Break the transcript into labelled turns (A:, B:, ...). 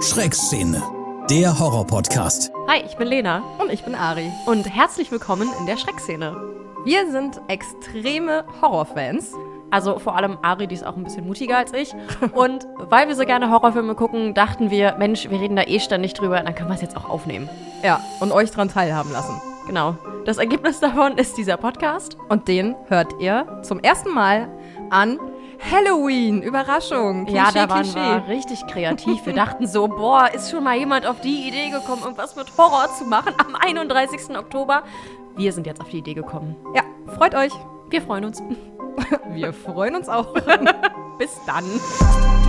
A: Schreckszene, der Horror-Podcast.
B: Hi, ich bin Lena
C: Und ich bin Ari.
B: und herzlich willkommen in der Schreckszene.
C: Wir sind extreme Horrorfans.
B: Also vor allem Ari, die ist auch ein bisschen mutiger als ich. Und weil wir so gerne Horrorfilme gucken, dachten wir, Mensch, wir reden da eh ständig drüber, dann können wir es jetzt auch aufnehmen.
C: Ja, und euch daran teilhaben lassen.
B: Genau. Das Ergebnis davon ist dieser Podcast.
C: Und den hört ihr zum ersten Mal an Halloween. Überraschung. Klischee,
B: ja, da waren
C: Klischee.
B: wir richtig kreativ. Wir dachten so, boah, ist schon mal jemand auf die Idee gekommen, irgendwas mit Horror zu machen am 31. Oktober. Wir sind jetzt auf die Idee gekommen.
C: Ja, freut euch.
B: Wir freuen uns.
C: Wir freuen uns auch.
B: Bis dann.